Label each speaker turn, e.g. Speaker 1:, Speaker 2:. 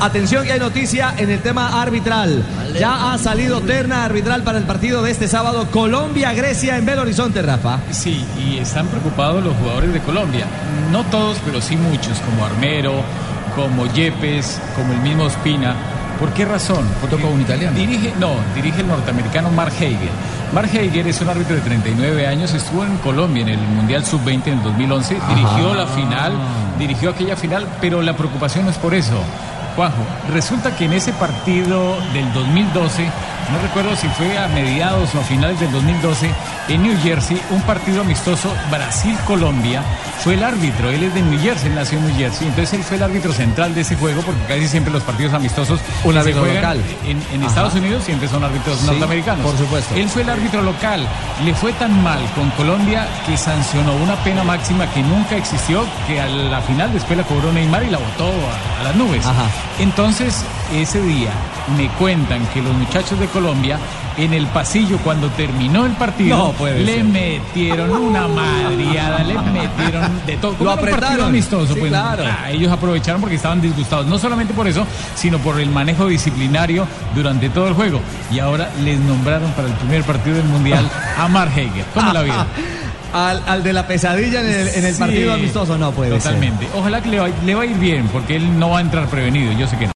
Speaker 1: Atención que hay noticia en el tema arbitral. Ya ha salido terna arbitral para el partido de este sábado Colombia-Grecia en Belo Horizonte, Rafa.
Speaker 2: Sí, y están preocupados los jugadores de Colombia. No todos, pero sí muchos, como Armero, como Yepes, como el mismo Espina. ¿Por qué razón? Porque
Speaker 3: Tocó un italiano.
Speaker 2: Dirige, no, dirige el norteamericano Mark Hager. Mark Hager es un árbitro de 39 años, estuvo en Colombia en el Mundial Sub-20 en el 2011, dirigió la final, dirigió aquella final, pero la preocupación no es por eso. Juanjo, resulta que en ese partido del 2012, no recuerdo si fue a mediados o a finales del 2012, en New Jersey, un partido amistoso Brasil-Colombia, fue el árbitro, él es de New Jersey, él nació en New Jersey, entonces él fue el árbitro central de ese juego, porque casi siempre los partidos amistosos que
Speaker 1: Un
Speaker 2: se
Speaker 1: árbitro
Speaker 2: juegan
Speaker 1: local.
Speaker 2: En, en Estados Unidos siempre son árbitros
Speaker 1: Sí,
Speaker 2: norteamericanos.
Speaker 1: por supuesto.
Speaker 2: Él fue el árbitro local. Le fue tan mal con Colombia que sancionó una pena máxima que nunca existió, que a la final después la cobró Neymar y la botó a, a las nubes.
Speaker 1: Ajá.
Speaker 2: Entonces, ese día me cuentan que los muchachos de Colombia en el pasillo cuando terminó el partido
Speaker 1: No puede
Speaker 2: le
Speaker 1: ser.
Speaker 2: metieron una madriada, le metieron de todo. Como era un partido
Speaker 1: apretaron.
Speaker 2: amistoso,
Speaker 1: Sí,
Speaker 2: pues,
Speaker 1: claro.
Speaker 2: ah, Ah, ellos aprovecharon porque estaban disgustados, no solamente por eso, sino por el manejo disciplinario durante todo el juego. Y ahora les nombraron para el primer partido del Mundial a Mark Hager. ¿Cómo la vieron?
Speaker 1: Al, al de la pesadilla en el, en el
Speaker 2: Sí,
Speaker 1: partido amistoso, no puede ser.
Speaker 2: Totalmente. Ojalá que le va, le va a ir bien, porque él no va a entrar prevenido, yo sé que no.